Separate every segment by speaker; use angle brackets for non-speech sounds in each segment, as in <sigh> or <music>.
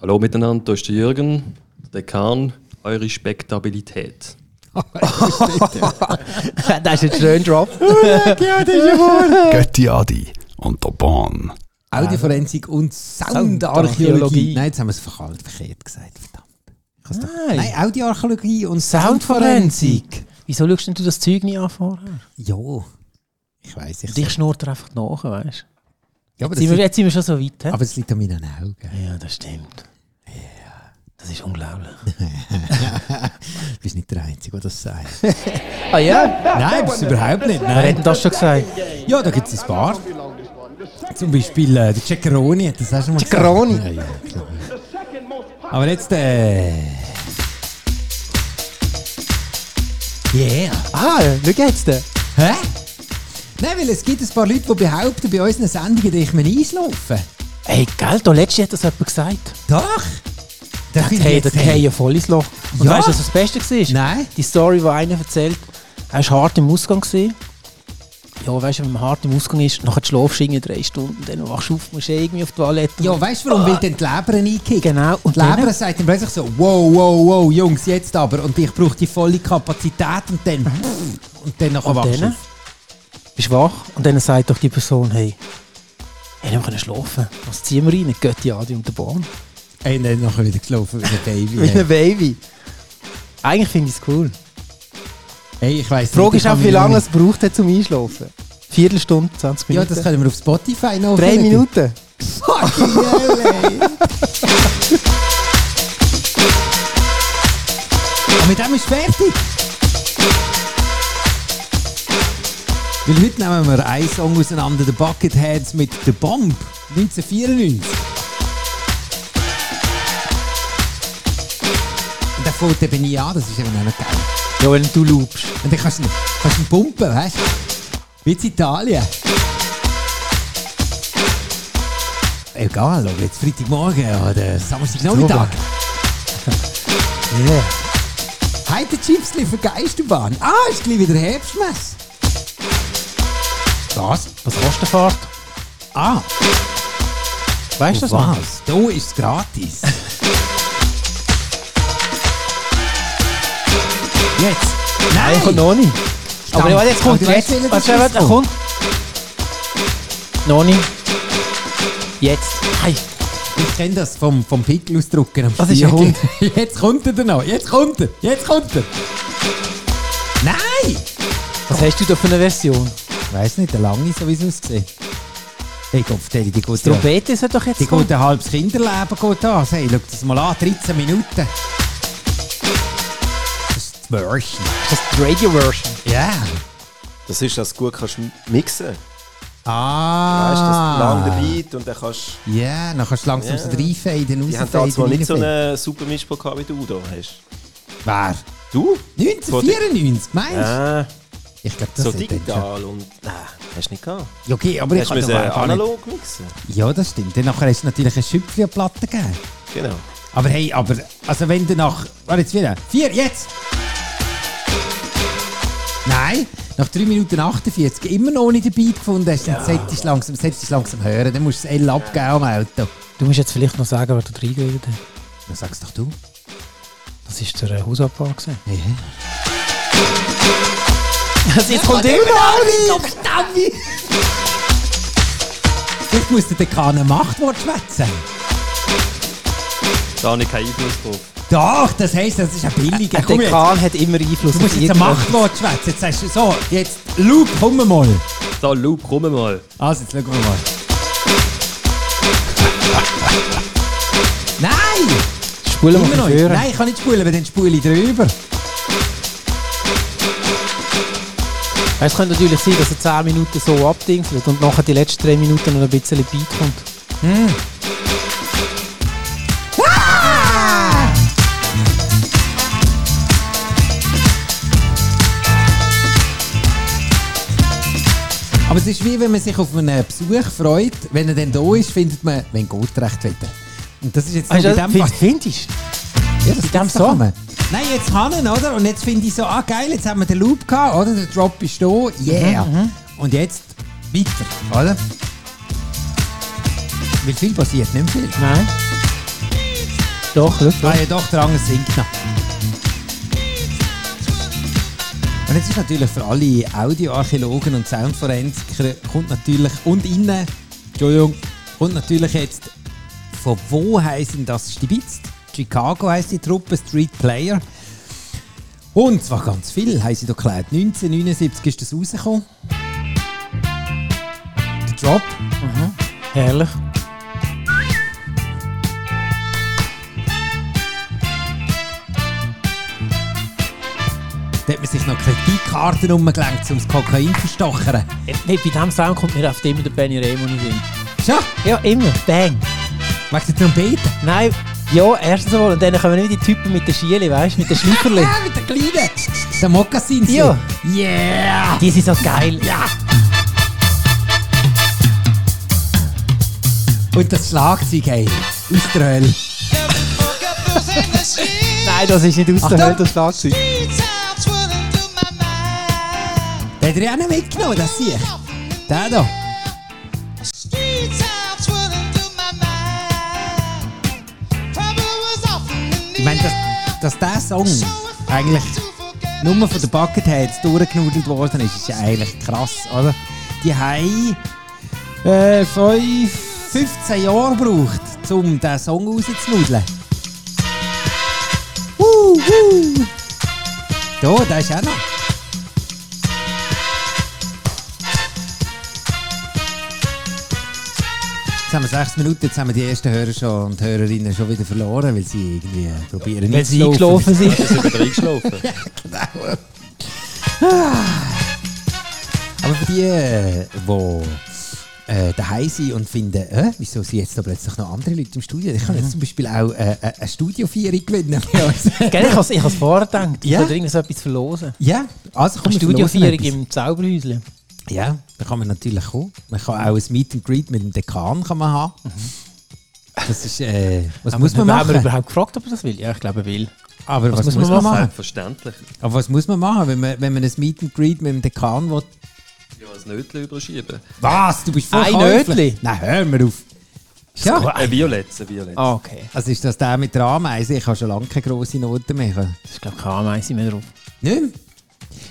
Speaker 1: Hallo miteinander, da ist der Jürgen, der Dekan, eure Spektabilität.
Speaker 2: <laughs> das ist jetzt schön Drop.
Speaker 3: Götti Adi und der Bahn.
Speaker 4: Audioforensik und
Speaker 2: Soundarchäologie.
Speaker 4: Soundarchäologie. Nein, jetzt haben wir es verkehrt, verkehrt gesagt. Verdammt. Ich hab's doch-
Speaker 2: Nein.
Speaker 4: Nein, Audioarchäologie und
Speaker 2: Soundforensik.
Speaker 4: Soundforensik.
Speaker 2: Wieso schaust denn du das Zeug nicht an vorher?
Speaker 4: Ja. Ich weiss, ich
Speaker 2: Ah, Dich schnurrt er einfach nach, weißt du?
Speaker 4: ja, aber,
Speaker 2: Jetzt,
Speaker 4: das
Speaker 2: sind wir-
Speaker 4: liegt,
Speaker 2: jetzt sind wir schon so weit. hä?
Speaker 4: aber es liegt an meinen Augen.
Speaker 2: Ja, das stimmt. Das ist unglaublich.
Speaker 4: Du bist nicht der Einzige, der das sagt.
Speaker 2: <laughs> Ah ja?
Speaker 4: Nein, das ist überhaupt nicht.
Speaker 2: Wer hat
Speaker 4: Nein.
Speaker 2: denn das schon gesagt?
Speaker 4: Ja, da gibt es ein paar. Zum Beispiel äh, der Ceccheroni hat das auch schon mal
Speaker 2: Ceccheroni.
Speaker 4: gesagt. Ja, ja, klar. Aber jetzt äh... Yeah.
Speaker 2: Ah, wie geht's denn?
Speaker 4: Hä? Nein, weil es gibt ein paar Leute, die behaupten, bei unseren Sendungen darf man einschlafen.
Speaker 2: Hey, gell, da letztens hat das jemand gesagt.
Speaker 4: Doch! Das finde ich
Speaker 2: Hey,
Speaker 4: jetzt-
Speaker 2: das hey, ein volles Loch. Und
Speaker 4: Ja.
Speaker 2: weißt du, was das Beste war?
Speaker 4: Nein.
Speaker 2: Die Story, die einer erzählt, er war hart im Ausgang. Gewesen. Ja, weißt du, wenn man hart im Ausgang ist, nachher schlafst du irgendwie drei Stunden, dann wachst du auf, musst eh irgendwie auf die Toilette.
Speaker 4: Ja, weißt du warum? Weil dann die Leber einkickt.
Speaker 2: Genau,
Speaker 4: Und
Speaker 2: und
Speaker 4: die Leber
Speaker 2: dann,
Speaker 4: sagt dann plötzlich so, wow, wow, wow, Jungs, jetzt aber. Und ich brauche die volle Kapazität und dann... Und dann nachher
Speaker 2: und
Speaker 4: wachst du
Speaker 2: dann
Speaker 4: auf.
Speaker 2: bist du wach und dann sagt doch die Person, hey, hey, wir können schlafen. Was ziehen wir rein? Götti, Adi und der Bahn.
Speaker 4: Ey, Und dann nachher wieder geschlafen wie ein Baby.
Speaker 2: Wie
Speaker 4: ey.
Speaker 2: <laughs> ein Baby. Eigentlich finde ich es cool.
Speaker 4: Ey, ich weiss
Speaker 2: Die Frage ist auch, wie lange
Speaker 4: das...
Speaker 2: es braucht hat zum Einschlafen. Viertelstunde, 20
Speaker 4: Ja,
Speaker 2: Minuten.
Speaker 4: das können wir auf Spotify noch...
Speaker 2: Drei
Speaker 4: hochladen.
Speaker 2: Minuten.
Speaker 4: Fucking hell, ey. Und mit dem ist fertig. Weil heute nehmen wir einen Song auseinander, The Bucketheads mit The Bomb 1994. Und dann fängt eben nie an, das ist eben auch noch geil.
Speaker 2: Ja, wenn du lobst.
Speaker 4: Und dann kannst du ihn, kannst du ihn pumpen, weißt du? Wie in Italien. Egal, ob jetzt Freitagmorgen oder Samstagnachmittag. <laughs>
Speaker 2: Yeah.
Speaker 4: Heute Chips für Geisterbahn. Ah, ist gleich wieder Herbstmess. Was?
Speaker 2: Was kostet eine Fahrt?
Speaker 4: Ah,
Speaker 2: Weißt du das noch?
Speaker 4: was? Da ist es
Speaker 2: <laughs>
Speaker 4: gratis. jetzt.
Speaker 2: Nein, kommt
Speaker 4: Nein.
Speaker 2: noch nicht.
Speaker 4: Stammt.
Speaker 2: Aber warte, jetzt kommt
Speaker 4: Aber du
Speaker 2: jetzt.
Speaker 4: weißt, welcher
Speaker 2: Warte,
Speaker 4: das
Speaker 2: warte, warte,
Speaker 4: ist,
Speaker 2: kommt. Noch nicht. Jetzt. Nein.
Speaker 4: Ich kenne das vom, vom Pickel ausdrucken am
Speaker 2: Das ist ein
Speaker 4: Spiegel. <laughs> Jetzt kommt er noch. Jetzt kommt er. Jetzt kommt er. Nein!
Speaker 2: Was hast du da für eine Version?
Speaker 4: Ich weiss nicht, der lange, so wie es aussieht. Hey, Kopf, die geht ja.
Speaker 2: Trompete ist doch
Speaker 4: Die
Speaker 2: jetzt
Speaker 4: geht ein
Speaker 5: um.
Speaker 4: halbes Kinderleben geht an. Hey, schau das mal an. 13 Minuten. Das ist die Version.
Speaker 2: Das ist die Radio-Version.
Speaker 4: Ja.
Speaker 5: Das ist, dass du gut kannst mixen
Speaker 4: Ah.
Speaker 5: Weißt du, dass du lang der Beat und dann kannst
Speaker 4: Ja, dann kannst du langsam
Speaker 5: Ja.
Speaker 4: yeah. reinfaden,
Speaker 5: Die haben damals mal nicht so
Speaker 4: reinfaden.
Speaker 5: einen super Mischpult gehabt, wie du da hast.
Speaker 4: Wer?
Speaker 5: Du?
Speaker 4: 1994, meinst du?
Speaker 5: Äh,
Speaker 4: Ich glaube, das
Speaker 5: so
Speaker 4: hat dann
Speaker 5: digital und. Nein, hast du nicht gehabt.
Speaker 4: schon- Ja, Okay, aber ich
Speaker 5: Hast
Speaker 4: kann
Speaker 5: du
Speaker 4: doch
Speaker 5: müssen
Speaker 4: gar nicht-
Speaker 5: analog mixen.
Speaker 4: Ja, das stimmt. Dann nachher hast du natürlich ein Schüpfchen an die Platte gegeben.
Speaker 5: Genau.
Speaker 4: Aber hey, aber, also wenn du nach, warte jetzt wieder, vier, jetzt! Nein, nach 3 Minuten 48 immer noch nicht den Beat gefunden hast, dann solltest du langsam, solltest du langsam hören, dann musst du das L abgeben am Auto.
Speaker 2: Du musst jetzt vielleicht noch sagen, wer da reingeredet hat.
Speaker 4: Dann sagst doch du.
Speaker 2: Das ist der äh, Hausabbau gewesen. <laughs>
Speaker 4: Ja.
Speaker 2: Also jetzt kommt immer noch nicht.
Speaker 4: Vielleicht muss der Dekan ein Machtwort schwätzen.
Speaker 1: Da habe ich keinen Einfluss drauf.
Speaker 4: Doch, das heisst, das ist ein billiger.
Speaker 2: Der
Speaker 4: Äh, Komm jetzt,
Speaker 2: Dekan hat immer Einfluss
Speaker 4: du musst jetzt ein Machtwort schwätzen. Jetzt sagst du so, jetzt, Luke, komm mal.
Speaker 1: Da, Loop, komm mal.
Speaker 4: Also, jetzt schauen wir mal. <laughs> Nein!
Speaker 2: Spulen
Speaker 4: Immer noch nicht.
Speaker 2: hören.
Speaker 4: Nein, ich kann nicht spulen, weil dann spule ich drüber.
Speaker 2: Es könnte natürlich sein, dass er 10 Minuten so abdingselt und nachher die letzten 3 Minuten noch ein bisschen beikommt.
Speaker 4: Aber es ist wie wenn man sich auf einen Besuch freut. Wenn er dann da ist, findet man, wenn Gott recht will. Und das ist jetzt so bei dem Fall.
Speaker 2: Findest du?
Speaker 4: Ja, das
Speaker 2: bei dem
Speaker 4: gibt's doch
Speaker 2: Song?
Speaker 4: immer. Nein, jetzt kann er, oder? Und jetzt finde ich so, ah geil, jetzt haben wir den Loop gehabt, oder? Der Drop ist da, yeah. Und jetzt weiter, oder? Weil viel passiert, nicht mehr viel.
Speaker 2: Nein. Doch, schau.
Speaker 4: Ah ja, doch, der Anger singt noch. Und jetzt ist natürlich für alle Audioarchäologen und Soundforensiker kommt natürlich, und innen, Entschuldigung, kommt natürlich jetzt, von wo heißen das Stibitz? Chicago heisst die Truppe, Street Player. Und zwar ganz viel, haben sie da geklärt. 1979 ist das rausgekommen. Der Drop.
Speaker 2: Herrlich.
Speaker 4: Da hat man sich noch Kreditkarten umgelenkt, um das Kokain zu verstochern.
Speaker 2: Hey, bei diesem Sound kommt mir auf immer der Benny Raymond in den Sinn.
Speaker 4: Tja,
Speaker 2: Ja, immer. Bang.
Speaker 4: wegen der Trompete.
Speaker 2: Nein, ja, erstens mal. Und dann kommen nicht die Typen mit den Schielen, weißt du, mit den
Speaker 4: <laughs>
Speaker 2: Schlipperli.
Speaker 4: Ah, mit der Kleinen. Der Mokassin.
Speaker 2: Ja.
Speaker 4: Yeah.
Speaker 2: Die sind so geil.
Speaker 4: Ja. Und das Schlagzeug, ey. Aus der Hölle.
Speaker 2: Nein, das ist nicht aus der
Speaker 4: Achtung.
Speaker 2: Hölle, das Schlagzeug.
Speaker 4: Den hat er ja auch noch mitgenommen, das hier. Der da. Ich meine, dass, dass der Song eigentlich nur von der Bucketheads durchgenudelt worden ist, ist ja eigentlich krass, oder? Die haben äh, fünf, 15 Jahre gebraucht, um diesen Song rauszunudeln. Uh, uh. Da, der ist auch noch. Jetzt haben wir sechs Minuten, jetzt haben wir die ersten Hörer schon und Hörerinnen schon wieder verloren, weil sie irgendwie äh, probieren
Speaker 2: Wenn sie eingeschlafen sind.
Speaker 1: Das ist wieder
Speaker 4: <laughs>
Speaker 1: eingeschlafen.
Speaker 4: Genau. Aber für die, äh, die äh, daheim sind und finden, äh, wieso sind jetzt da plötzlich noch andere Leute im Studio? Ich kann jetzt zum Beispiel auch äh, äh, eine Studiofeierung <laughs> gewinnen. bei uns.
Speaker 2: Gell, ich habe ich has vorher gedacht. Ich
Speaker 4: Ja.
Speaker 2: yeah. irgendwie so etwas verlosen.
Speaker 4: ja, also komm,
Speaker 2: Eine
Speaker 4: wir verlosen
Speaker 2: Studiofeierung
Speaker 4: etwas.
Speaker 2: im Zauberhäuschen.
Speaker 4: Ja, da kann man natürlich kommen. Man kann auch ein Meet and Greet mit dem Dekan kann man haben. Das ist, äh, was muss man
Speaker 2: Haben wir
Speaker 4: machen?
Speaker 2: überhaupt gefragt, ob er das will? Ja, ich glaube, er will.
Speaker 4: Aber was,
Speaker 2: muss
Speaker 4: muss
Speaker 2: man
Speaker 4: man machen?
Speaker 1: Selbstverständlich.
Speaker 4: Aber was muss man machen, wenn man, wenn man ein Meet and Greet mit dem Dekan will?
Speaker 1: Ja, ein Nötchen überschieben.
Speaker 4: Was? Du bist voll
Speaker 2: Ein
Speaker 4: käuflich.
Speaker 2: Nötli?
Speaker 4: Nein, hör mir auf. Ja,
Speaker 1: Ein Violett, ein Violett.
Speaker 2: Ah, okay.
Speaker 4: also ist das der mit der Ameise? Ich habe schon lange keine grosse Noten mehr.
Speaker 2: Das ist, glaube ich, keine Ameise mehr drauf.
Speaker 4: Nicht mehr?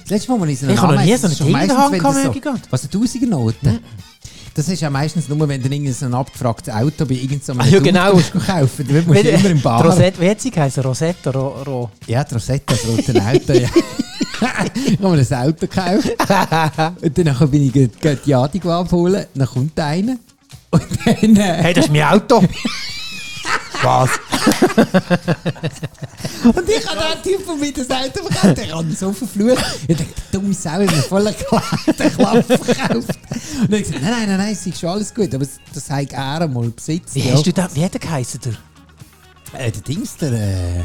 Speaker 4: Das letzte Mal, als ich so eine
Speaker 2: Ich habe noch nie
Speaker 4: Ameise-
Speaker 2: so eine
Speaker 4: schon meistens,
Speaker 2: Kinderhand
Speaker 4: wenn
Speaker 2: gehabt,
Speaker 4: das
Speaker 2: merke ich gerade.
Speaker 4: Was, eine Tausigernote? Das ist ja meistens nur, wenn du irgend so ein abgefragtes Auto bei irgendeinem so einem
Speaker 2: Ah, ja,
Speaker 4: Dude
Speaker 2: genau.
Speaker 4: musst kaufen musst. musst du immer im Bar.
Speaker 2: Rosette, wie hat sie geheißen? Rosetta, Ro, Ro.
Speaker 4: Ja, die Rosetta, das rote Auto, ja. <laughs> ich habe mir ein Auto gekauft.
Speaker 2: <laughs>
Speaker 4: Und dann bin ich gerade- gerade die Adigo abholen. Dann kommt einer. Und dann... Äh,
Speaker 2: Hey, das ist mein Auto. Was?
Speaker 4: Und ich habe den Typ von mir das Auto verkauft. Ich habe ihn so verflucht. Ich dachte, dumme Sau, ich habe mir voll einen Klapp verkauft. Und dann habe ich gesagt, nein, nein, nein, nein, es ist schon alles gut. Aber das- das hat er mal besitzt.
Speaker 2: Wie,
Speaker 4: ja. Oh,
Speaker 2: hast du das, wie hat er geheißen? Der?
Speaker 4: Äh, der Dings, der... Äh,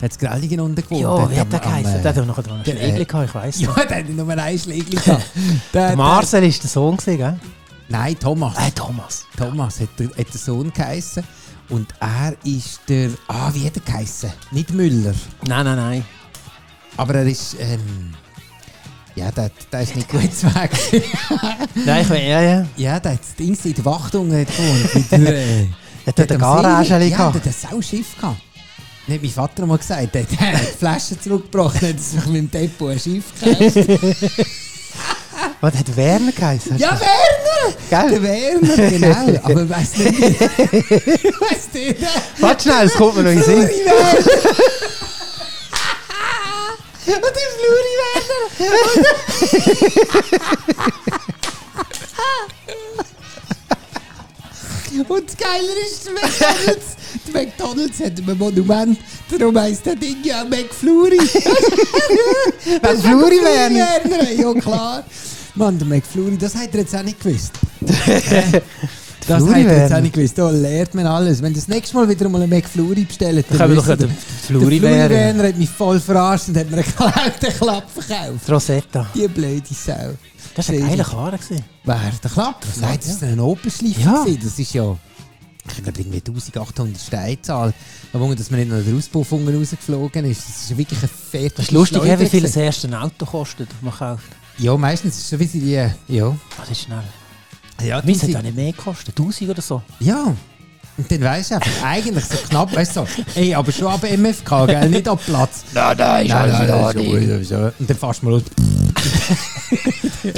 Speaker 4: der hat das Grelligen unten gewohnt.
Speaker 2: Ja, wie
Speaker 4: am-
Speaker 2: hat der
Speaker 4: am,
Speaker 2: geheißen?
Speaker 4: äh,
Speaker 2: Der hat doch nachher noch einen
Speaker 4: der, äh,
Speaker 2: Schlägel gehabt, ich weiss
Speaker 4: Ja,
Speaker 2: nicht.
Speaker 4: der hat nur einen Schlägel
Speaker 2: <laughs>
Speaker 4: gehabt. Der-
Speaker 2: Der Marcel war der Sohn, gewesen, gell?
Speaker 4: der- Nein, Thomas.
Speaker 2: Äh, Thomas.
Speaker 4: Thomas hat der, hat der Sohn geheißen. Und er ist der... Ah, wie hat er geheißen? Nicht Müller.
Speaker 2: Nein, nein, nein.
Speaker 4: Aber er ist... Ähm, ja, der, der ist nicht gut zu weg.
Speaker 2: Nein, ich weiß, ja, ja.
Speaker 4: <laughs> Ja, der hat das Ding in der Wachtung
Speaker 2: <laughs>
Speaker 4: nicht gewohnt. Mit der, äh,
Speaker 2: Hat er den Garage
Speaker 4: Ja, der
Speaker 2: gehabt?
Speaker 4: hat ein Sauschiff gehabt. Nicht hat mein Vater mal gesagt, der, der hat die Flasche zurückgebracht, hat sich mit dem Depot ein Schiff
Speaker 2: <laughs>
Speaker 4: gekauft.
Speaker 2: Was hat Werner geheißen?
Speaker 4: ja, Werner! Der
Speaker 2: <laughs>
Speaker 4: Werner, genau. Aber ich weiss nicht, <laughs> weiss nicht.
Speaker 2: Warte schnell, es kommt mir noch in den
Speaker 4: Fluri
Speaker 2: Sinn.
Speaker 4: Werner! Und der Fluri Werner! Und das Geile ist, der McDonalds, die McDonalds hat ein Monument, darum heisst das Ding ja McFlurry.
Speaker 2: McFlurry Werner.
Speaker 4: Werner, ja klar. Mann, der McFlurry, das hat er jetzt auch nicht
Speaker 2: <laughs>
Speaker 4: gewusst. das hat
Speaker 2: Flurry
Speaker 4: er jetzt auch
Speaker 2: Werner.
Speaker 4: nicht gewusst. Da lernt man alles. Wenn ihr das nächste Mal wieder mal einen McFlurry bestellt,
Speaker 2: Ich habe doch
Speaker 4: wisst ihr-
Speaker 2: gerade den Fluri
Speaker 4: der Fluri
Speaker 2: Werner.
Speaker 4: Werner hat mich voll verarscht und hat mir einen geklauten Klapp verkauft.
Speaker 2: Rosetta.
Speaker 4: Die blöde Sau.
Speaker 2: Das war ein
Speaker 4: Schön.
Speaker 2: geiler Karre. gewesen.
Speaker 4: Wer? Der Klapp? Nein, das ist ein Oberschleifer.
Speaker 2: Ja.
Speaker 4: gewesen. Das ist ja... Ich glaube, irgendwie 1800 Steinzahl. Aber wundert, dass man nicht noch der Auspuff unten rausgeflogen ist. Das ist wirklich ein fettes
Speaker 2: Das ist lustig, hä, wie viel das erste Auto kostet, das man kauft.
Speaker 4: Ja, meistens ist es so wie sie die... Ja.
Speaker 2: Ah, das ist schnell.
Speaker 4: Ja,
Speaker 2: Meins hat auch nicht mehr gekostet, 1000 oder so.
Speaker 4: Ja. Und dann weißt du einfach, eigentlich so knapp, weißt du, so, ey, aber schon ab MFK, gell, nicht ab Platz. <laughs> Nein, nein, nein, nein, nein, nein. Und dann fährst du mal los.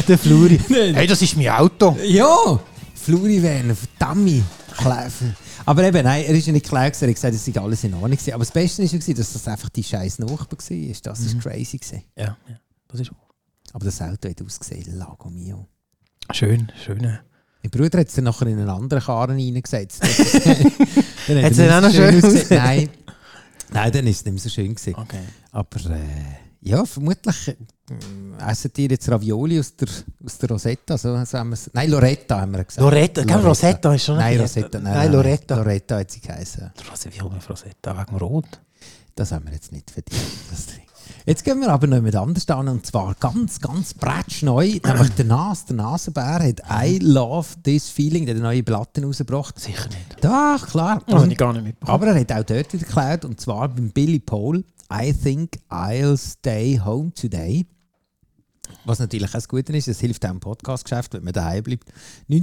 Speaker 2: Der Fluri. Hey, das ist mein Auto.
Speaker 4: Ja, Fluri Werner, verdammt, Kläfer. Aber eben, nein, er ist ja nicht klar, gewesen, er hat gesagt, es sei alles in Ordnung. gewesen. Aber das Beste war, ja, dass das einfach die scheiß Nachbar war. Das ist crazy. Gewesen.
Speaker 2: Ja, ja. Das ist
Speaker 4: Aber das Auto hat ausgesehen, Lago Mio.
Speaker 2: schön, schön.
Speaker 4: Mein Bruder hat es dann nachher in einen anderen Karren
Speaker 2: <laughs>
Speaker 4: reingesetzt. dann
Speaker 2: Hat's
Speaker 4: er
Speaker 2: dann auch noch
Speaker 4: nicht so
Speaker 2: schön ausgesehen?
Speaker 4: Nein. Nein, dann ist es nicht mehr so schön gewesen.
Speaker 2: Okay.
Speaker 4: Aber äh, ja, vermutlich äh, essen die jetzt Ravioli aus der, aus der Rosetta. So, so haben wir's- nein, Loretta haben wir gesagt.
Speaker 2: Loretta, gell, Rosetta ist schon
Speaker 4: Nein,
Speaker 2: eine-
Speaker 4: Rosetta. Nein,
Speaker 2: Nein, Loretta.
Speaker 4: Loretta hat sie geheißen.
Speaker 2: Rosetta, wie kommt Rosetta? Wegen Rot?
Speaker 4: Das haben wir jetzt nicht verdient. Das Ding. Jetzt gehen wir aber noch mit anders an und zwar ganz, ganz bretschneu. Nämlich der Nas, der Nasenbär hat I Love This Feeling, der hat eine neue Platte rausgebracht.
Speaker 2: Sicher nicht.
Speaker 4: Doch, klar.
Speaker 2: Das habe
Speaker 4: Und-
Speaker 2: ich gar nicht mitbekommen.
Speaker 4: Aber er hat auch dort wieder erklärt, und zwar beim Billy Paul, I think I'll stay home today. Was natürlich auch das Gute ist, es hilft auch im Podcast-Geschäft, wenn man daheim bleibt.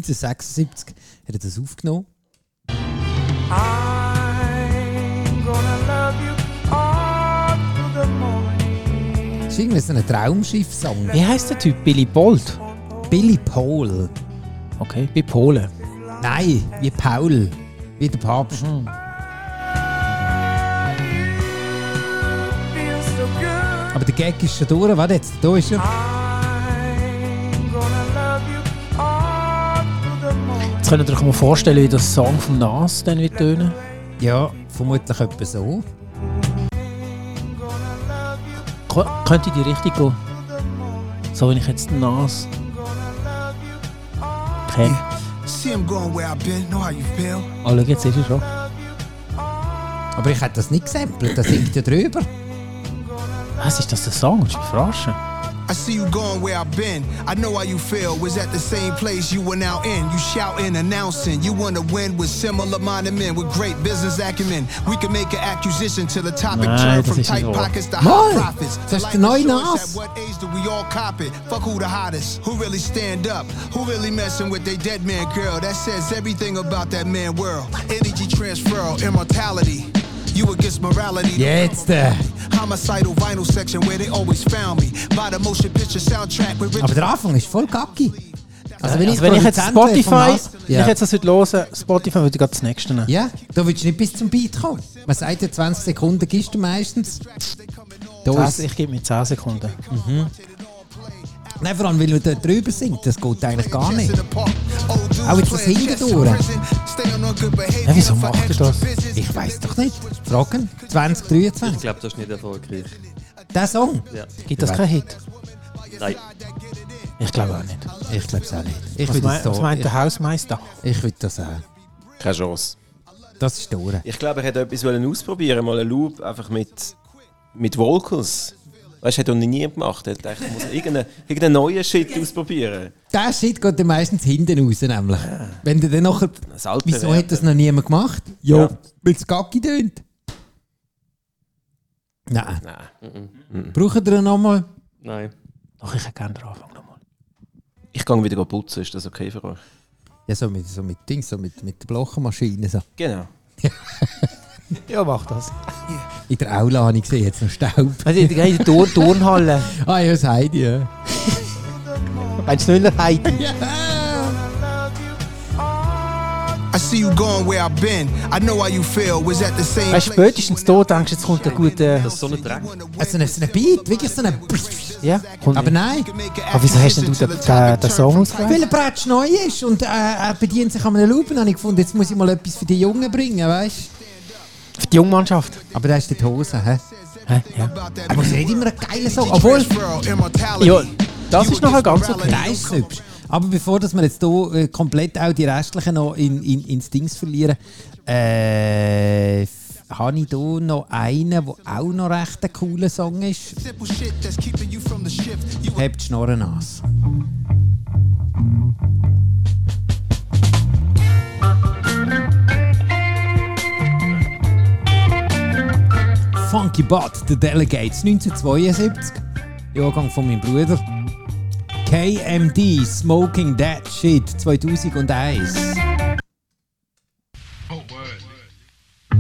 Speaker 4: 1976 hat er das aufgenommen.
Speaker 6: I'm gonna love you all through the morning.
Speaker 4: Das ist irgendwie so ein Traumschiff-Song.
Speaker 2: Wie heisst der Typ? Billy Bold?
Speaker 4: Billy Paul.
Speaker 2: Okay, bei Polen.
Speaker 4: Nein, wie Paul. Wie der Papst.
Speaker 2: Mhm.
Speaker 6: Feels so good.
Speaker 4: Aber der Gag ist schon durch. Warte jetzt, da ist er.
Speaker 6: I'm gonna love you all through the morning.
Speaker 2: Jetzt könnt ihr euch mal vorstellen, wie das Song vom Nas dann wird tönen.
Speaker 4: Ja, vermutlich etwa so.
Speaker 6: Gonna love you
Speaker 2: Ko- Könnte in die Richtung gehen. So, wenn ich jetzt den Nas kenne.
Speaker 7: See I'm going where I've been, know how you feel.
Speaker 2: Ah, schau, jetzt ist er schon.
Speaker 4: Aber ich hätte das nicht gesampelt, das singt ja drüber.
Speaker 2: Was ist das der Song? Das ist überraschend.
Speaker 7: I see you going where I've been. I know how you feel. Was at the same place you were now in. You shouting, announcing. You wanna win with similar minded men with great business acumen. We can make an acquisition till the topic
Speaker 2: Nein,
Speaker 7: turn
Speaker 2: das
Speaker 7: from
Speaker 2: ist nicht
Speaker 7: tight
Speaker 2: wahr.
Speaker 7: pockets to
Speaker 4: Mann,
Speaker 7: high profits.
Speaker 4: das ist
Speaker 7: Life
Speaker 4: der neue
Speaker 7: insurance,
Speaker 4: Nas.
Speaker 7: At what age do we all cop it? Fuck who the hottest? Who really stand up? Who really messing with they dead man girl? That says everything about that man world. Energy transfer, immortality. You against morality.
Speaker 4: Jetzt, äh.
Speaker 7: Homicidal vinyl section where they always found me. By the motion picture soundtrack with
Speaker 4: Aber
Speaker 7: Richard.
Speaker 4: der Anfang ist voll kacki. Also
Speaker 2: Also, wenn ich jetzt
Speaker 4: Produzent wäre vom
Speaker 2: Spotify,
Speaker 4: Nas-
Speaker 2: wenn ich jetzt das heute höre, Spotify würde ich gerade das nächste nehmen.
Speaker 4: Ja, da willst du nicht bis zum Beat kommen. Man sagt ja, 20 Sekunden gibst du meistens. Da
Speaker 2: Das,
Speaker 4: ist,
Speaker 2: ich gebe mir 10 Sekunden.
Speaker 4: nein, vor allem, weil du dort drüber singst, das geht eigentlich gar nicht.
Speaker 7: Auch
Speaker 4: jetzt das Hinterdure.
Speaker 2: Ja, wieso macht er das?
Speaker 4: Ich weiß doch nicht. Fragen? 2023.
Speaker 1: Ich glaube, das ist nicht erfolgreich.
Speaker 4: Der Song?
Speaker 1: Ja.
Speaker 2: Gibt das keinen Hit?
Speaker 1: Nein.
Speaker 2: Ich glaube auch nicht.
Speaker 4: Ich glaube es auch nicht. Ich
Speaker 2: Was,
Speaker 4: würde
Speaker 2: mein,
Speaker 4: das
Speaker 2: was
Speaker 4: so.
Speaker 2: meint
Speaker 4: Ich,
Speaker 2: der Hausmeister?
Speaker 4: ich würde das auch.
Speaker 5: Keine Chance.
Speaker 4: Das ist Dore.
Speaker 5: Ich glaube, er hätte etwas wollen ausprobieren mal einen Loop einfach mit, mit Vocals. Weißt du, hat er noch nie gemacht. Er hat gedacht, ich muss irgendeinen irgendeinen neuen Shit ausprobieren.
Speaker 4: Der Shit geht dann meistens hinten raus, nämlich. Wenn du dann nachher...
Speaker 5: Das alte
Speaker 4: Wieso
Speaker 5: Werten.
Speaker 4: hat das noch niemand gemacht?
Speaker 5: Ja.
Speaker 4: Weil es Gacki tönt. Nein.
Speaker 5: Nein.
Speaker 4: Brauchen wir nochmal?
Speaker 1: Nein.
Speaker 2: Doch, ich hätte gerne den Anfang nochmal.
Speaker 5: Ich gehe wieder putzen, ist das okay für euch?
Speaker 4: Ja, so mit, so mit Dings, so mit, mit der Blochenmaschine. So.
Speaker 5: Genau.
Speaker 2: Ja, mach das.
Speaker 4: In der Aula habe ich gesehen, jetzt noch Staub.
Speaker 2: Also, in der Tur Turnhalle.
Speaker 4: <laughs> Ah ja, das Heidi, ja.
Speaker 2: <laughs> Meinst du nicht mehr Heidi?
Speaker 7: I see you going where I've been. I know how you feel. Was at the same
Speaker 2: Weißt du, spätestens da denkst du, jetzt kommt ein guter.
Speaker 1: Das ist so ein Dreck.
Speaker 4: Also so ein Beat, wirklich so ein...
Speaker 2: Ja, kommt
Speaker 4: Aber
Speaker 2: nicht.
Speaker 4: nein,
Speaker 2: Aber wieso hast denn du den, den, den Song ausgewählt?
Speaker 4: weil er Bratsch neu ist und äh, er bedient sich an einem Lupen, habe ich gefunden, jetzt muss ich mal etwas für die Jungen bringen, weißt
Speaker 2: Für die Jungmannschaft.
Speaker 4: du? Aber da ist die Hose, hä?
Speaker 2: Hä? Ja.
Speaker 4: Aber es ist nicht immer ein geiler Song, obwohl...
Speaker 2: ja, das ist nachher ganz okay.
Speaker 4: Der ist hübsch. Aber bevor dass wir jetzt hier äh, komplett auch die restlichen noch in, in, ins Dings verlieren, äh, f- habe ich hier noch einen, der auch noch recht ein cooler Song ist. Hebt die Schnorren nass. Funky Bot, The Delegates, 1972. Jahrgang von meinem Bruder. KMD, Smoking That Shit, 2001.
Speaker 8: Oh word.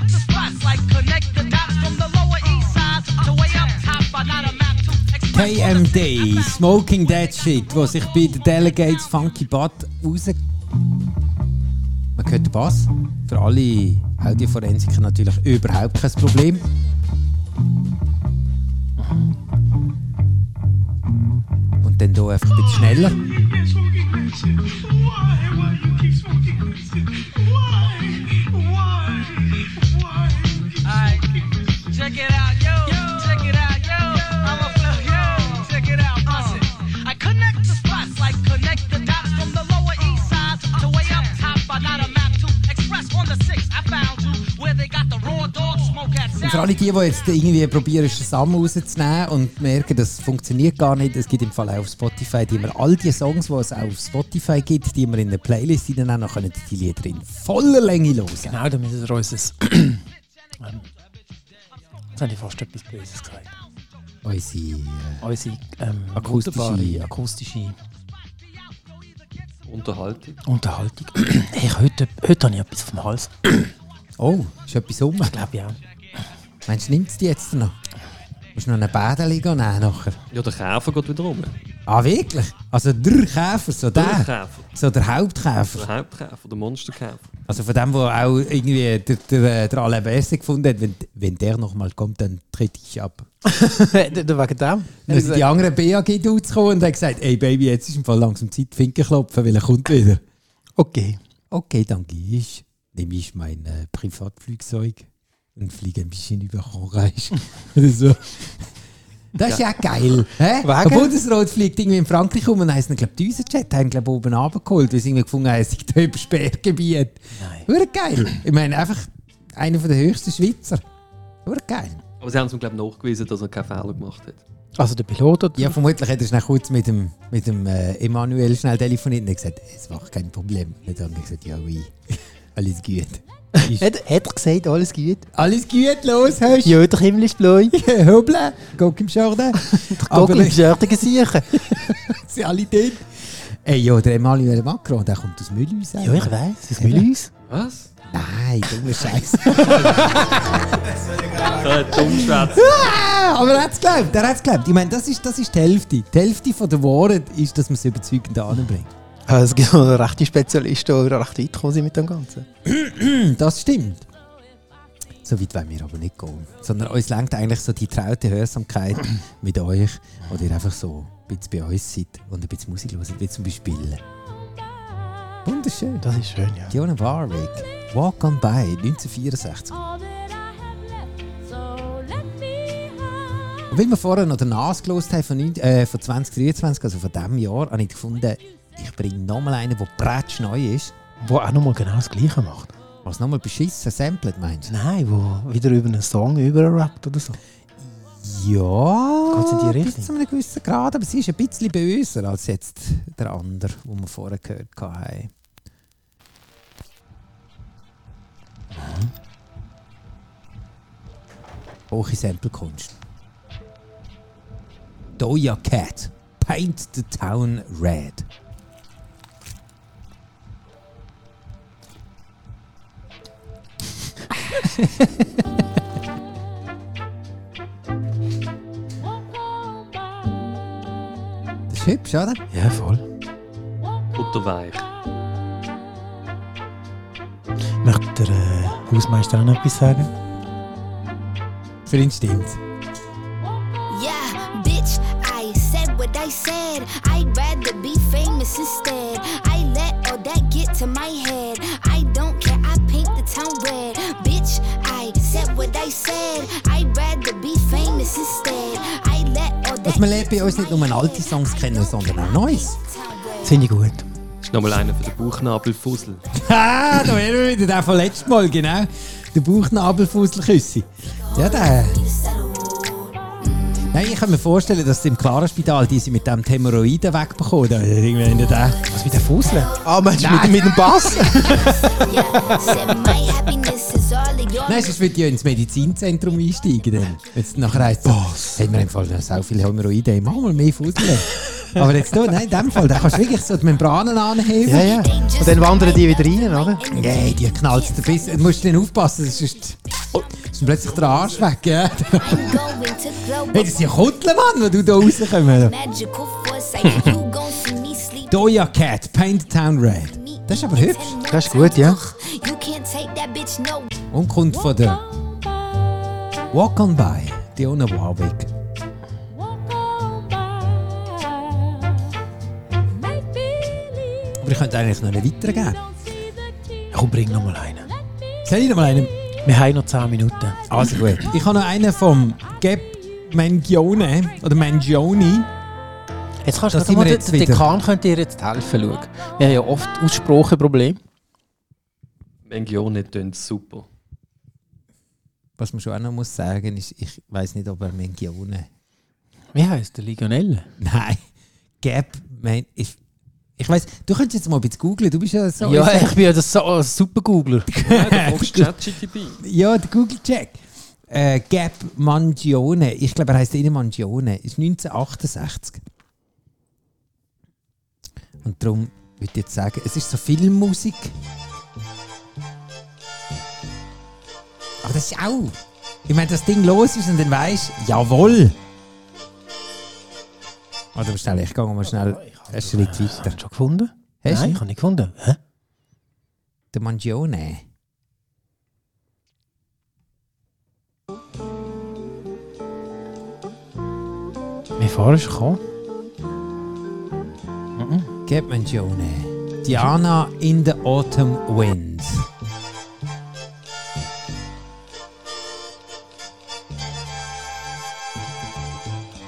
Speaker 8: the spots like connect the dots from the lower east side to way up top. I got a map to express all the
Speaker 4: KMD,
Speaker 8: things I found.
Speaker 4: Smoking Dead Shit, wo sich bei den Delegates Funky Butt raus... Man hört den Bass. Für alle Audioforensiker natürlich überhaupt kein Problem. Und dann hier einfach ein bisschen schneller.
Speaker 8: Alright. Check it out, yo. Check it out, yo. I'm a flow, yo. Check it out, bust it. I connect the spots like connect the dots from the lower east side to way up top. I got a map to express on the six. I found you where they got the raw dog smoke at
Speaker 4: Und für
Speaker 8: sound.
Speaker 4: alle die, die jetzt irgendwie probieren, Shazam rauszunehmen und merken, das funktioniert gar nicht, es gibt im Fall auch auf Spotify, die wir all die Songs, die es auch auf Spotify gibt, die wir in der Playlist hinein auch können, die Lieder in voller Länge hören.
Speaker 2: Genau, dann müssen wir uns das. <clears throat> Ähm, Jetzt habe ich fast etwas Böses gesagt.
Speaker 4: Unsere äh,
Speaker 2: Unsere ähm,
Speaker 4: Akustische-
Speaker 2: wunderbare akustische
Speaker 1: Unterhaltung.
Speaker 2: Unterhaltung. <clears throat> hey, heute, heute habe ich etwas vom Hals. Ah,
Speaker 4: Oh, ist etwas um.
Speaker 2: Glaube ich auch.
Speaker 4: Meinst du, nimmt es die jetzt noch? Musst du noch eine Bädeli gehen nehmen nachher?
Speaker 1: Ja, der Käfer geht wieder rum.
Speaker 4: Ah, wirklich? Also der Käfer, so
Speaker 1: Der
Speaker 4: der,
Speaker 1: Käfer.
Speaker 4: so der Hauptkäfer.
Speaker 1: Der Hauptkäfer, der Monsterkäfer.
Speaker 4: Also von dem, wo auch irgendwie der, der, der Alain Berset gefunden hat, wenn, wenn der nochmal kommt, dann tritt ich ab.
Speaker 2: <laughs> Wegen dem?
Speaker 4: Dann sind die anderen BAG-Dudes gekommen und haben gesagt, ey Baby, jetzt ist im Fall langsam Zeit, die Finken klopfen, weil er kommt wieder.
Speaker 2: Okay.
Speaker 4: Okay, dann gehe ich. Nehme ich mein äh, Privatflugzeug und fliege ein bisschen über Frankreich. <laughs> Oder so. Das ist ja, geil. Hä? Der
Speaker 2: Wegen?
Speaker 4: Bundesrat fliegt irgendwie in Frankreich um und heisst, ich glaube, unser Jet haben glaub, oben runtergeholt, weil sie irgendwie gefunden haben, es sei da über Sperrgebiet.
Speaker 2: Nein.
Speaker 4: Hure geil. Ich meine, einfach einer der höchsten Schweizer. Hure geil.
Speaker 1: Aber sie haben es ihm, glaube ich, nachgewiesen, dass er keinen Fehler gemacht hat.
Speaker 2: Also der Pilot oder?
Speaker 4: Ja, vermutlich hat er schnell kurz mit dem, mit dem äh, Emanuel schnell telefoniert und hat gesagt, es war kein Problem. Und dann hat er gesagt, ja, wie, <laughs> alles gut.
Speaker 2: Hat, hat er gesagt, alles gut?
Speaker 4: Alles gut, los, hörst <laughs> du?
Speaker 2: Ja, der Himmel ist blau.
Speaker 4: Hüble, guck im Jardin.
Speaker 2: <laughs> Aber
Speaker 4: Aber
Speaker 2: ich schärfe Gesicht.
Speaker 4: sind alle dort. Ey, ja, der Emmanuel Macron, der kommt aus Müllhäuser.
Speaker 2: Ja, ich weiß. Das Gemüse.
Speaker 1: Was?
Speaker 4: Nein, dummer
Speaker 2: <laughs>
Speaker 4: Scheiß.
Speaker 1: Äh, Dummschwätz.
Speaker 4: <laughs> Ah, aber er hat es geglaubt, er hat es geglaubt. Ich meine, das ist, das ist die Hälfte. Die Hälfte von der Wahrheit ist, dass man es überzeugend anbringt.
Speaker 2: Es gibt noch rechte Spezialisten, die recht weit gekommen sind mit dem Ganzen.
Speaker 4: Das stimmt. So weit wollen wir aber nicht gehen. Sondern uns lenkt eigentlich so die traute Hörsamkeit mit euch, wo ihr einfach so ein bisschen bei uns seid und ein bisschen Musik hört, wie zum Beispiel. Wunderschön.
Speaker 2: Das ist schön, ja.
Speaker 4: Dionne Warwick, Walk on By, 1964. Und weil wir vorher noch den NAS gelost haben von, neun- äh, von 2023, also von diesem Jahr, habe ich gefunden, ich bringe nochmal einen, der bretschneu ist.
Speaker 2: Wo auch nochmal genau das Gleiche macht.
Speaker 4: Was nochmal beschissen samplet, meinst du?
Speaker 2: Nein, wo wieder über einen Song überrappt oder so.
Speaker 4: Ja,
Speaker 2: Geht's in die Richtung?
Speaker 4: bis zu einem gewissen Grad, aber sie ist ein bisschen böser als jetzt der andere, den wir vorher gehört haben. Hm? Hohe Samplekunst. Doja Cat. Paint the Town Red. Das ist hübsch, oder?
Speaker 2: Ja, voll.
Speaker 1: Butterweich.
Speaker 2: Möchte der äh, Hausmeister auch noch etwas sagen?
Speaker 4: Für ihn stimmt's.
Speaker 9: Yeah, bitch, I said what I said. I'd rather be famous instead. I let all that get to my head. I don't care, I paint the town red. Bitch, I said what I said. I'd rather be famous instead. I let all that
Speaker 4: Was man lernt bei uns nicht nur alte Songs kennen, sondern auch Neues.
Speaker 2: Das finde ich
Speaker 4: <laughs>
Speaker 2: gut.
Speaker 1: Ist nochmal einer von den Bauchnabelfussel.
Speaker 4: Ha, Ah, da wären wir wieder, der vom letzten Mal, genau. Der Bauchnabelfusselküsse. Ja, der. Nein, ich kann mir vorstellen, dass im Clara-Spital die sie mit dem Hämorrhoiden wegbekommen. Da irgendwann in der
Speaker 2: Was mit den Fusseln? Ah, meinst du mit, mit dem Bass?
Speaker 9: yeah, said my happiness is all of your
Speaker 4: Nein, sonst würde ich ja ins Medizinzentrum einsteigen. Dann. Jetzt nachher heisst es, haben wir im Fall noch so viele Hämorrhoiden, ich mach mal mehr Fusseln. Aber jetzt hier, nein, in dem Fall, da kannst du wirklich so die Membranen anheben.
Speaker 2: ja, ja. Und dann wandern die wieder rein, oder?
Speaker 4: Nein, die knallt es bis. Du musst dann aufpassen, sonst Ist mir plötzlich der Arsch weg, gell?
Speaker 9: I'm going
Speaker 4: <laughs>
Speaker 9: to glow
Speaker 4: Hey, das sind Kutteln, Mann, die du hier rauskommen.
Speaker 9: magical force. I know you gon' see me sleep.
Speaker 4: Doja Cat, Paint the Town Red. Das ist aber hübsch.
Speaker 2: Das ist gut, ja.
Speaker 9: You can't take that bitch, no.
Speaker 4: Und kommt von der Walk On By, Dionne Warwick. Aber ich könnte eigentlich noch einen weitergeben.
Speaker 2: Komm, bring noch mal einen.
Speaker 4: Soll ich noch mal einen?
Speaker 2: Wir haben noch 10 Minuten.
Speaker 4: Also gut. Ich habe noch einen vom Gab Mangione oder Mangione.
Speaker 2: Jetzt kannst
Speaker 4: Das
Speaker 2: du
Speaker 4: sind
Speaker 2: mal,
Speaker 4: wir
Speaker 2: der
Speaker 4: jetzt wieder.
Speaker 2: Dekan könnte dir jetzt helfen, schau. Wir haben ja oft Aussprachenprobleme.
Speaker 1: Mengione tönt super.
Speaker 4: Was man schon auch noch muss sagen ist, ich weiß nicht, ob er Mangione.
Speaker 2: Wie heisst der Legionelle?
Speaker 4: Nein. Gab Man. Ich, ich weiß, du könntest jetzt mal ein bisschen googeln. Du bist ja so.
Speaker 2: Ja, ich bin ja äh, das so, ein super Googler.
Speaker 1: Fragst du ChatGTP?
Speaker 4: Ja, der Google Check. Äh, Gab Mangione, ich glaube, er heißt innen Mangione, ist 1968. Und darum würde ich jetzt sagen, es ist so Filmmusik. Aber das ist auch. Ich meine, das Ding los ist und dann weißt jawohl! Warte mal schnell, ich gehe mal schnell einen Schritt weiter.
Speaker 2: Hast du schon gefunden?
Speaker 4: Hast du
Speaker 2: Nein,
Speaker 4: ihn?
Speaker 2: ich habe nicht gefunden. Hä?
Speaker 4: Der Mangione.
Speaker 2: Wie far ist er gekommen?
Speaker 4: Gib mir Jone. Diana in the Autumn Wind.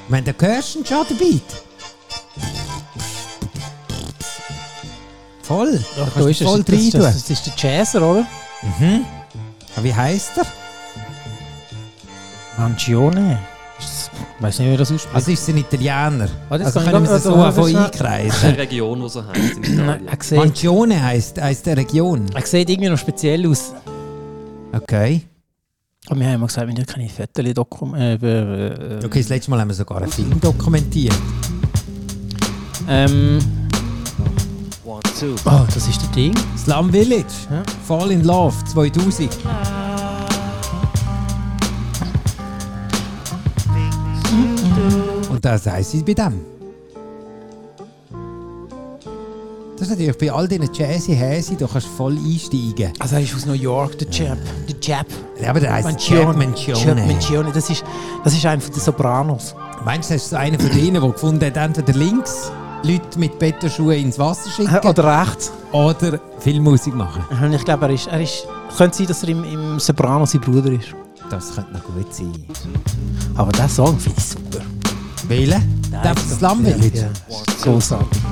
Speaker 4: Wenn du hörst, dann schon den Beat. Voll. Da kannst du
Speaker 2: es.
Speaker 4: voll
Speaker 2: das,
Speaker 4: rein
Speaker 2: das,
Speaker 4: tun.
Speaker 2: das ist der Jazzer, oder?
Speaker 4: Aber Ah, Wie heißt er?
Speaker 2: Mangione. Ist das- Ich weiß nicht, wie das ausspricht.
Speaker 4: Also ist es ein Italiener.
Speaker 2: Ah, das
Speaker 4: also
Speaker 2: kann ich
Speaker 4: können wir
Speaker 2: noch-
Speaker 4: es so
Speaker 2: also,
Speaker 4: einfach
Speaker 2: das ist- <laughs>
Speaker 4: einkreisen.
Speaker 1: Eine Region, die so heisst in Italien.
Speaker 2: er, sieht,
Speaker 4: Mangione heisst, heisst der Region.
Speaker 2: er sieht irgendwie noch speziell aus.
Speaker 4: Okay.
Speaker 2: Aber wir haben immer gesagt, wir haben keine Vettel-Dokumente. Äh, äh,
Speaker 4: Okay, das letzte Mal haben wir sogar
Speaker 2: <laughs>
Speaker 4: einen Film dokumentiert.
Speaker 2: ähm. Oh, das ist der Ding.
Speaker 4: Slum Village,
Speaker 2: Ja.
Speaker 4: Fall in Love 2000. Und das heisst es bei dem. Das ist natürlich bei all diesen Jazzy Häsi, da kannst du voll einsteigen.
Speaker 2: Also er ist aus New York, der Jap. Der Jap.
Speaker 4: Ja, aber der heisst Jack
Speaker 2: Mancione. Jap
Speaker 4: Mancione.
Speaker 2: Mancione. Das ist, das ist einer von den Sopranos.
Speaker 4: Meinst du, das ist einer von denen, der gefunden hat, entweder links Leute mit Bettenschuhen ins Wasser schicken
Speaker 2: Oder rechts.
Speaker 4: oder viel Musik machen?
Speaker 2: Und ich glaube, er ist, er ist... Könnte sein, dass er im, im Soprano sein Bruder ist.
Speaker 4: Das könnte noch gut sein.
Speaker 2: Aber diesen Song finde ich super.
Speaker 4: Wählen? Der von Slum Village?
Speaker 2: Ja, ist großartig.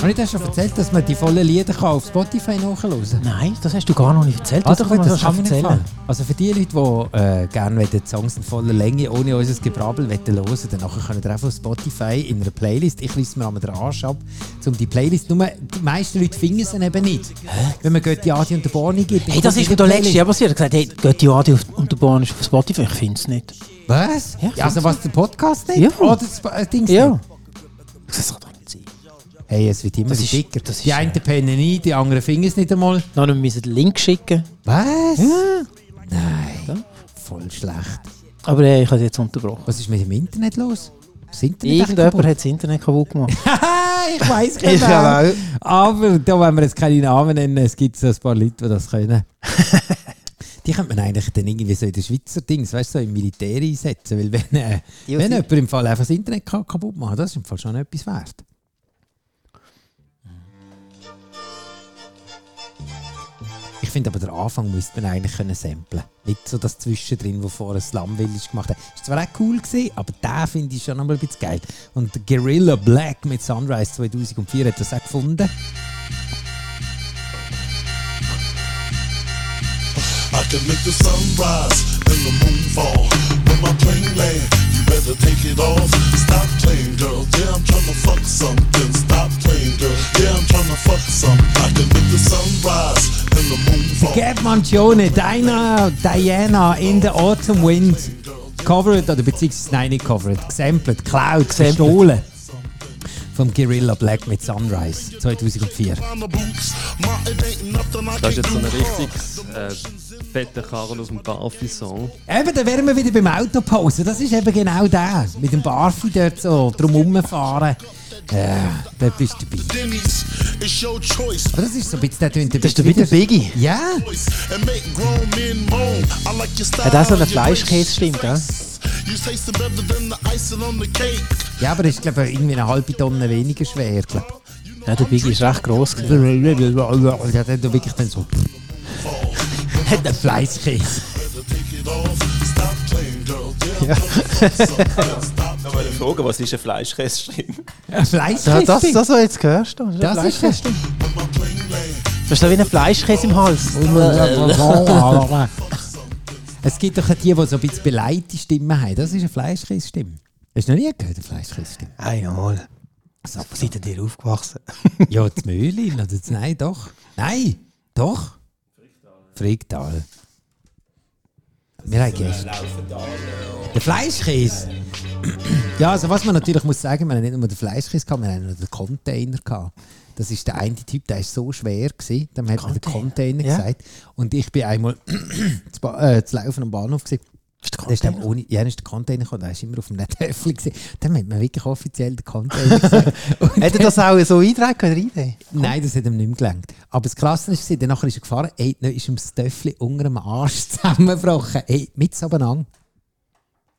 Speaker 4: Habe ich dir schon erzählt, dass man die vollen Lieder kann auf Spotify nachhören kann?
Speaker 2: Nein, das hast du gar noch nicht erzählt.
Speaker 4: Also,
Speaker 2: kann
Speaker 4: gut,
Speaker 2: man
Speaker 4: das
Speaker 2: Ah, das
Speaker 4: kann
Speaker 2: schon
Speaker 4: man nicht
Speaker 2: erzählen.
Speaker 4: erzählen. Also für die Leute, die äh, gerne wollen, die Songs in voller Länge ohne unser Gebrabbel wollen hören wollen, dann nachher könnt ihr einfach auf Spotify in einer Playlist, ich reiss mir einmal den Arsch ab, um die Playlist, nur die meisten Leute finden sie eben nicht. Wenn man Götti, Adi und der Borni gibt. dann
Speaker 2: Hey, das
Speaker 4: kommt
Speaker 2: ist
Speaker 4: die
Speaker 2: mir doch letztes
Speaker 4: Playlist.
Speaker 2: Jahr passiert. Er hat gesagt, hey, geht die Adi auf- und der Bahn ist auf Spotify. Ich finde es nicht.
Speaker 4: Was?
Speaker 2: Ja,
Speaker 4: Ja, also was, der Podcast nicht?
Speaker 2: Ja.
Speaker 4: Oder das äh, Dings
Speaker 2: Ja.
Speaker 4: nicht?
Speaker 2: Das kann doch nicht sein.
Speaker 4: Hey, es wird immer
Speaker 2: Das ist-
Speaker 4: dicker.
Speaker 2: das ist,
Speaker 4: die einen
Speaker 2: äh,
Speaker 4: pennen nie, die anderen finden es nicht einmal.
Speaker 2: Dann haben wir müssen den Link schicken.
Speaker 4: Was? Nein. Voll schlecht.
Speaker 2: Aber äh, ich habe jetzt unterbrochen.
Speaker 4: Was ist mit dem Internet los? Das Internet echt
Speaker 2: Irgendjemand
Speaker 4: kaputt?
Speaker 2: hat das Internet kaputt gemacht.
Speaker 4: <laughs>
Speaker 2: <laughs>
Speaker 4: ich weiß genau. Aber da wollen wir jetzt keine Namen nennen. Es gibt so ein paar Leute, die das
Speaker 2: <laughs>
Speaker 4: können. Die könnte man eigentlich dann irgendwie so in den Schweizer Dings, weißt du, so im Militär einsetzen. Weil wenn, äh,
Speaker 2: Die
Speaker 4: wenn
Speaker 2: aus-
Speaker 4: jemand im Fall einfach das Internet ka- kaputt macht, das ist im Fall schon etwas wert. Ich finde aber, der Anfang müsste man eigentlich können samplen. Nicht so das Zwischendrin, wo vorher Slum Village gemacht hat. Ist zwar auch cool gewesen, aber der finde ich schon nochmal ein bisschen geil. Und der Guerrilla Black mit Sunrise 2004 hat das auch gefunden.
Speaker 10: I can make the sun rise and the moon fall. When my plane land, you better take it off. Stop playing, girl. Yeah, I'm tryna fuck something. Stop playing, girl. Yeah, I'm tryna fuck something. I can make the sun rise and the moon fall.
Speaker 4: Gab Mangione, Diana, Diana in the Autumn Wind. Covered, oder beziehungsweise nein, nicht covered, gesampelt, geklaut, gestohlen. vom Guerrilla Black mit Sunrise 2004.
Speaker 1: Das ist jetzt so ein richtig äh, fetter Karl aus dem Barfi-Song.
Speaker 4: Eben, dann wären wir wieder beim Autoposen. Das ist eben genau der. Mit dem Barfi dort so drum rumfahren. Ja, dort bist du dabei.
Speaker 10: It's your choice.
Speaker 4: Aber das ist so ein bisschen der
Speaker 2: <laughs>
Speaker 4: Tönte.
Speaker 2: Das ist wieder Biggie.
Speaker 4: Ja,
Speaker 10: And make grown men moan. I like your style.
Speaker 2: Hat auch so eine
Speaker 10: and your grace.
Speaker 2: Fleischkäse, stimmt, ja?
Speaker 10: You taste better than the icing on the cake.
Speaker 4: ja aber das ist, glaube ich, irgendwie eine halbe Tonne weniger schwer. Glaub.
Speaker 2: Ja, der Biggie ist recht gross.
Speaker 4: Ja, dann du wirklich dann so. Hat der Fleischkäse.
Speaker 10: Better take it off. Stop playing, girl. Damn, stop playing.
Speaker 5: Frage, was ist ein Fleischkäse drin?
Speaker 4: Ein Fleischkäse?
Speaker 2: was du jetzt gehört hast.
Speaker 4: das ist das.
Speaker 2: Das ist doch wie ein Fleischkäse im Hals.
Speaker 4: Es gibt doch die, die so ein bisschen beleidigte Stimmen haben. Das ist eine Fleischkäse-Stimme. Hast du noch nie gehört, eine Fleischkäse-Stimme?
Speaker 2: Einmal. Seid ihr dir <laughs> aufgewachsen?
Speaker 4: Ja, das Mühlin oder das Nein, doch. Nein, doch. Frigtal. Wir haben Gäste. Der Fleischkäse. <clears throat> Ja, also was man natürlich muss sagen, wir haben nicht nur den Fleischkäse gehabt, wir haben noch den Container gehabt. Das ist der eine Typ, der ist so schwer gewesen, dem hat man den Container
Speaker 2: Ja.
Speaker 4: gesagt. Und ich bin einmal <clears throat> zu, Ba- äh, zu laufen am Bahnhof gewesen. Da ist dann ohne, ja, dann ist der Container gekommen, der ist immer auf einem Töffel gewesen. Dann hat man wirklich offiziell den Container gesagt. Und
Speaker 2: Hätte das auch so eintragen können? rein?
Speaker 4: Nein, das hat ihm nicht mehr gelangt. Aber das Klasse war, dann nachher ist er gefahren, ey, dann ist ihm das Töffli unter dem Arsch <laughs> zusammengebrochen. Ey, mit abeinander.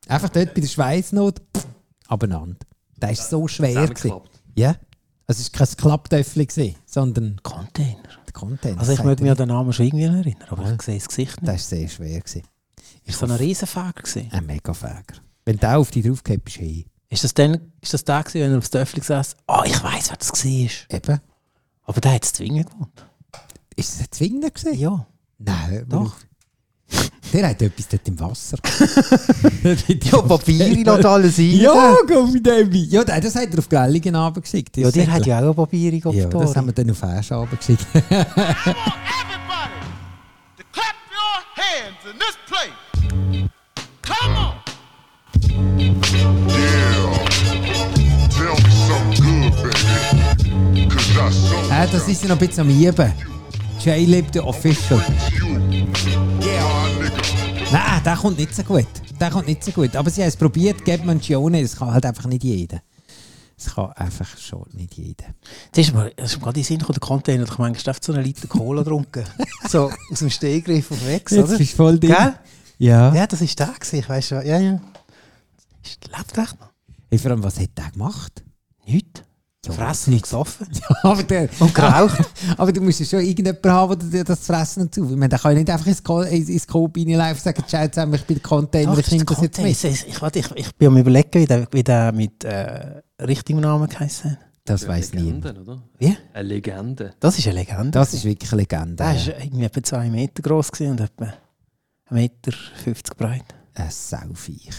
Speaker 4: Einfach dort bei der Schweiznot, pff, abeinander. Der ist so schwer. gewesen.
Speaker 1: Zusammengeklappt.
Speaker 4: Ja. Also es war kein Klapptöffli, gewesen, sondern
Speaker 2: Container.
Speaker 4: der Content.
Speaker 2: Also ich
Speaker 4: Sagt
Speaker 2: möchte
Speaker 4: er
Speaker 2: mich an den Namen schon irgendwie erinnern, aber ich sehe das Gesicht
Speaker 4: nicht. Der
Speaker 2: nicht.
Speaker 4: war sehr schwer. Gewesen.
Speaker 2: Ist so ein Riesenfäger gewesen?
Speaker 4: Ein Megafäger. Wenn der auf dich draufgeht, bist du hin.
Speaker 2: Ist das, dann, ist das der gewesen, wenn er aufs Töffel saß? Oh, ich weiss, wer das war.
Speaker 4: Eben.
Speaker 2: Aber der hat es zwingen gewohnt.
Speaker 4: Ist es ein Zwingender gewesen?
Speaker 2: Ja.
Speaker 4: Nein, hör mal
Speaker 2: Doch.
Speaker 4: auf. <laughs> Der hat etwas dort im Wasser.
Speaker 2: Ja, <laughs> Papiere lässt alles ein.
Speaker 4: Ja, komm mit dem. Ja, nein, das hat er auf Grelligen Abend geschickt.
Speaker 2: Ja, der hat ja auch Papiere gehabt.
Speaker 4: ja, das haben wir dann auf Ash Abend geschickt.
Speaker 6: Everybody, to clap your hands in this place. Come on.
Speaker 10: Tell me something good, baby. Cause I saw
Speaker 4: äh, das ist <laughs> ja noch ein bisschen am Üben. J-Lib, the Official.
Speaker 10: you. Yeah,
Speaker 4: Nein, der kommt nicht so gut. Der kommt nicht so gut. Aber sie haben es probiert, gibt man Gione. Das kann halt einfach nicht jeder. Das kann einfach schon nicht jeder.
Speaker 2: Das ist mir, das ist mir gerade in den Sinn gekommen, der Container hat doch manchmal einfach so einen Liter Cola
Speaker 4: <laughs>
Speaker 2: getrunken. so aus dem Stehgriff und weg, oder?
Speaker 4: Jetzt bist du voll drin.
Speaker 2: Gell?
Speaker 4: Ja.
Speaker 2: Ja, das ist der gewesen, ich weiss schon. Ja, ja. Ist, lebt echt noch?
Speaker 4: Hey, vor allem, was hat der gemacht?
Speaker 2: Nichts. Fressen und
Speaker 4: <laughs>
Speaker 2: gesoffen.
Speaker 4: aber der,
Speaker 2: Und geraucht.
Speaker 4: <laughs> aber du musst ja schon irgendjemanden haben, der dir das zu fressen und zu. Ich meine, der kann ja nicht einfach ins, Ko ins, ins Coop reinlaufen und sagen, tschau zusammen, ich bin der Container,
Speaker 2: Doch,
Speaker 4: ich
Speaker 2: das
Speaker 4: nehme
Speaker 2: ist
Speaker 4: das jetzt
Speaker 2: Container.
Speaker 4: mit.
Speaker 2: Ich, ich, warte, ich, ich bin am überlegen, wie der, wie der mit äh, richtigem Namen geheißen hat.
Speaker 4: Das weiß niemand.
Speaker 1: Legende, oder?
Speaker 2: Wie?
Speaker 1: Eine Legende.
Speaker 2: Das ist eine Legende.
Speaker 4: Das ist wirklich eine Legende.
Speaker 2: der war irgendwie etwa zwei Meter groß und etwa 1,50 Meter breit.
Speaker 4: Ein Saufiech.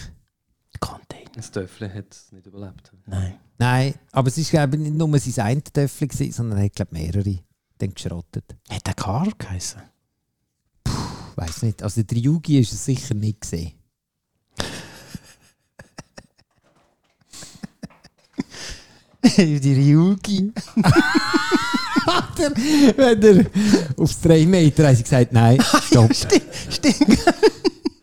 Speaker 2: Container.
Speaker 1: Das Töffle hat es nicht überlebt.
Speaker 2: Nein.
Speaker 4: Nein, aber es war eben nicht nur sein ein Töffel, gewesen, sondern er hat glaube mehrere dann geschrottet.
Speaker 2: Hat der Karl geheißen?
Speaker 4: Ich weiss nicht. Also der Yugi ist es sicher nicht gesehen.
Speaker 2: <laughs> Die Ryugi.
Speaker 4: Wenn er aufs 3 Meter hat sie gesagt, nein, stopp.
Speaker 2: <laughs> Stimmt.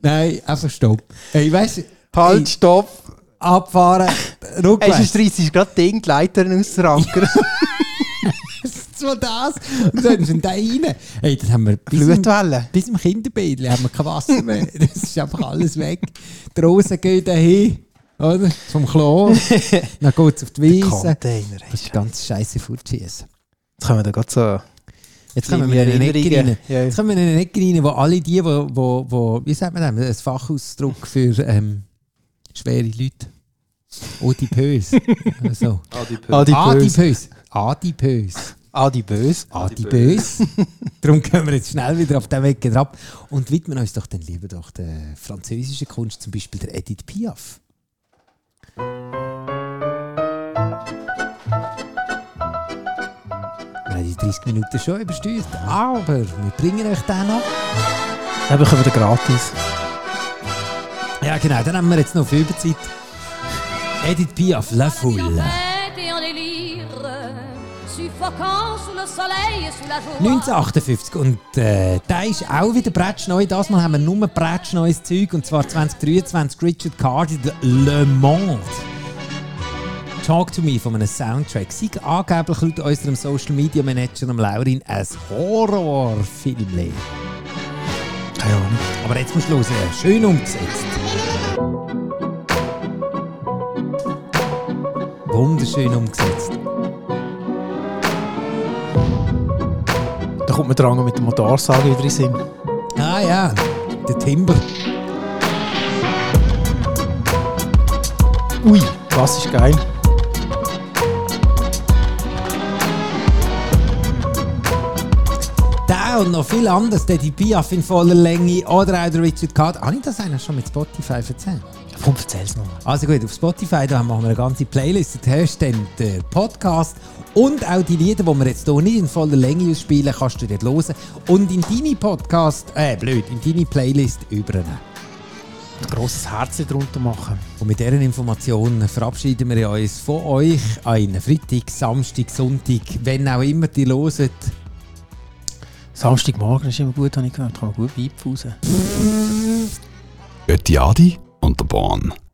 Speaker 4: nein, einfach stopp. Hey, weißt du,
Speaker 2: Halt,
Speaker 4: hey,
Speaker 2: stopp.
Speaker 4: abfahren,
Speaker 2: Es
Speaker 4: rückwärts.
Speaker 2: ist ist gerade Ding, die Leiter aus dem Ranker.
Speaker 4: so das. Und dann sind da rein. Hey, das haben wir bis
Speaker 2: <laughs>
Speaker 4: im,
Speaker 2: Blutwelle.
Speaker 4: bis im Kinderbeidchen haben wir kein Wasser mehr. <laughs> Das ist einfach alles weg. Die Rosen gehen dahin, oder? Zum Klo. Dann geht es auf die Wiese.
Speaker 2: Container.
Speaker 4: Das ist ganz scheiße Futschiessen.
Speaker 2: Jetzt können wir da gerade so.
Speaker 4: Jetzt
Speaker 2: Schlimme
Speaker 4: kommen wir in eine Ecke
Speaker 2: Erinnerungen.
Speaker 4: rein.
Speaker 2: Ja.
Speaker 4: Jetzt kommen wir in eine Ecke rein, wo alle die, wo, wo, wo wie sagt man das, ein Fachausdruck für ähm, schwere Leute. Adipös. also.
Speaker 1: Adipö.
Speaker 2: Adipös.
Speaker 4: Adipös. Adipös.
Speaker 2: Adi Bös.
Speaker 4: Adipös. Ah, <laughs> Darum gehen wir jetzt schnell wieder auf den Weg gerade ab und widmen uns doch dann lieber doch der französischen Kunst, zum Beispiel der Edith Piaf. Wir haben die 30 Minuten schon übersteuert, aber wir bringen euch den ab.
Speaker 2: Dann bekommen wir den gratis.
Speaker 4: Ja, genau, dann haben wir jetzt noch viel Überzeit. Edith Piaf, La Foule.
Speaker 8: en délire,
Speaker 11: suffocant sous le soleil et sous la joie.
Speaker 4: 1958 und äh, da ist auch wieder Bretschneu. Das Mal haben wir nur Bretschneues Zeug und zwar 2023 Richard Cardi «The Le Monde. Talk to me von einem Soundtrack. Sei angeblich laut unserem Social Media Manager am Laurin ein Horrorfilm. Keine Ahnung. Aber jetzt musst du hören. Schön umgesetzt. Wunderschön umgesetzt.
Speaker 2: Da kommt man dran mit der Motorsage wieder in den Sinn.
Speaker 4: Ah ja, der Timber.
Speaker 2: Ui, das ist geil.
Speaker 4: Der und noch viel anderes, der die Piaf in voller Länge oder auch der Richard Card. Ah, Habe ich das eigentlich schon mit Spotify erzählt?
Speaker 2: Komm, erzähl's nochmal.
Speaker 4: Also gut, auf Spotify da machen wir eine ganze Playlist. Da hörst du dann den Podcast und auch die Lieder, die wir jetzt hier nicht in voller Länge ausspielen, kannst du dort hören und in deine Podcast, äh blöd, in deine Playlist übernehmen.
Speaker 2: Ein grosses Herz drunter machen.
Speaker 4: Und mit dieser Information verabschieden wir uns von euch an Freitag, Samstag, Sonntag, wenn auch immer die hören.
Speaker 2: Samstagmorgen ist immer gut, habe ich gehört. Kann man gut Wein pfusen.
Speaker 3: Ötti Adi und der Bahn.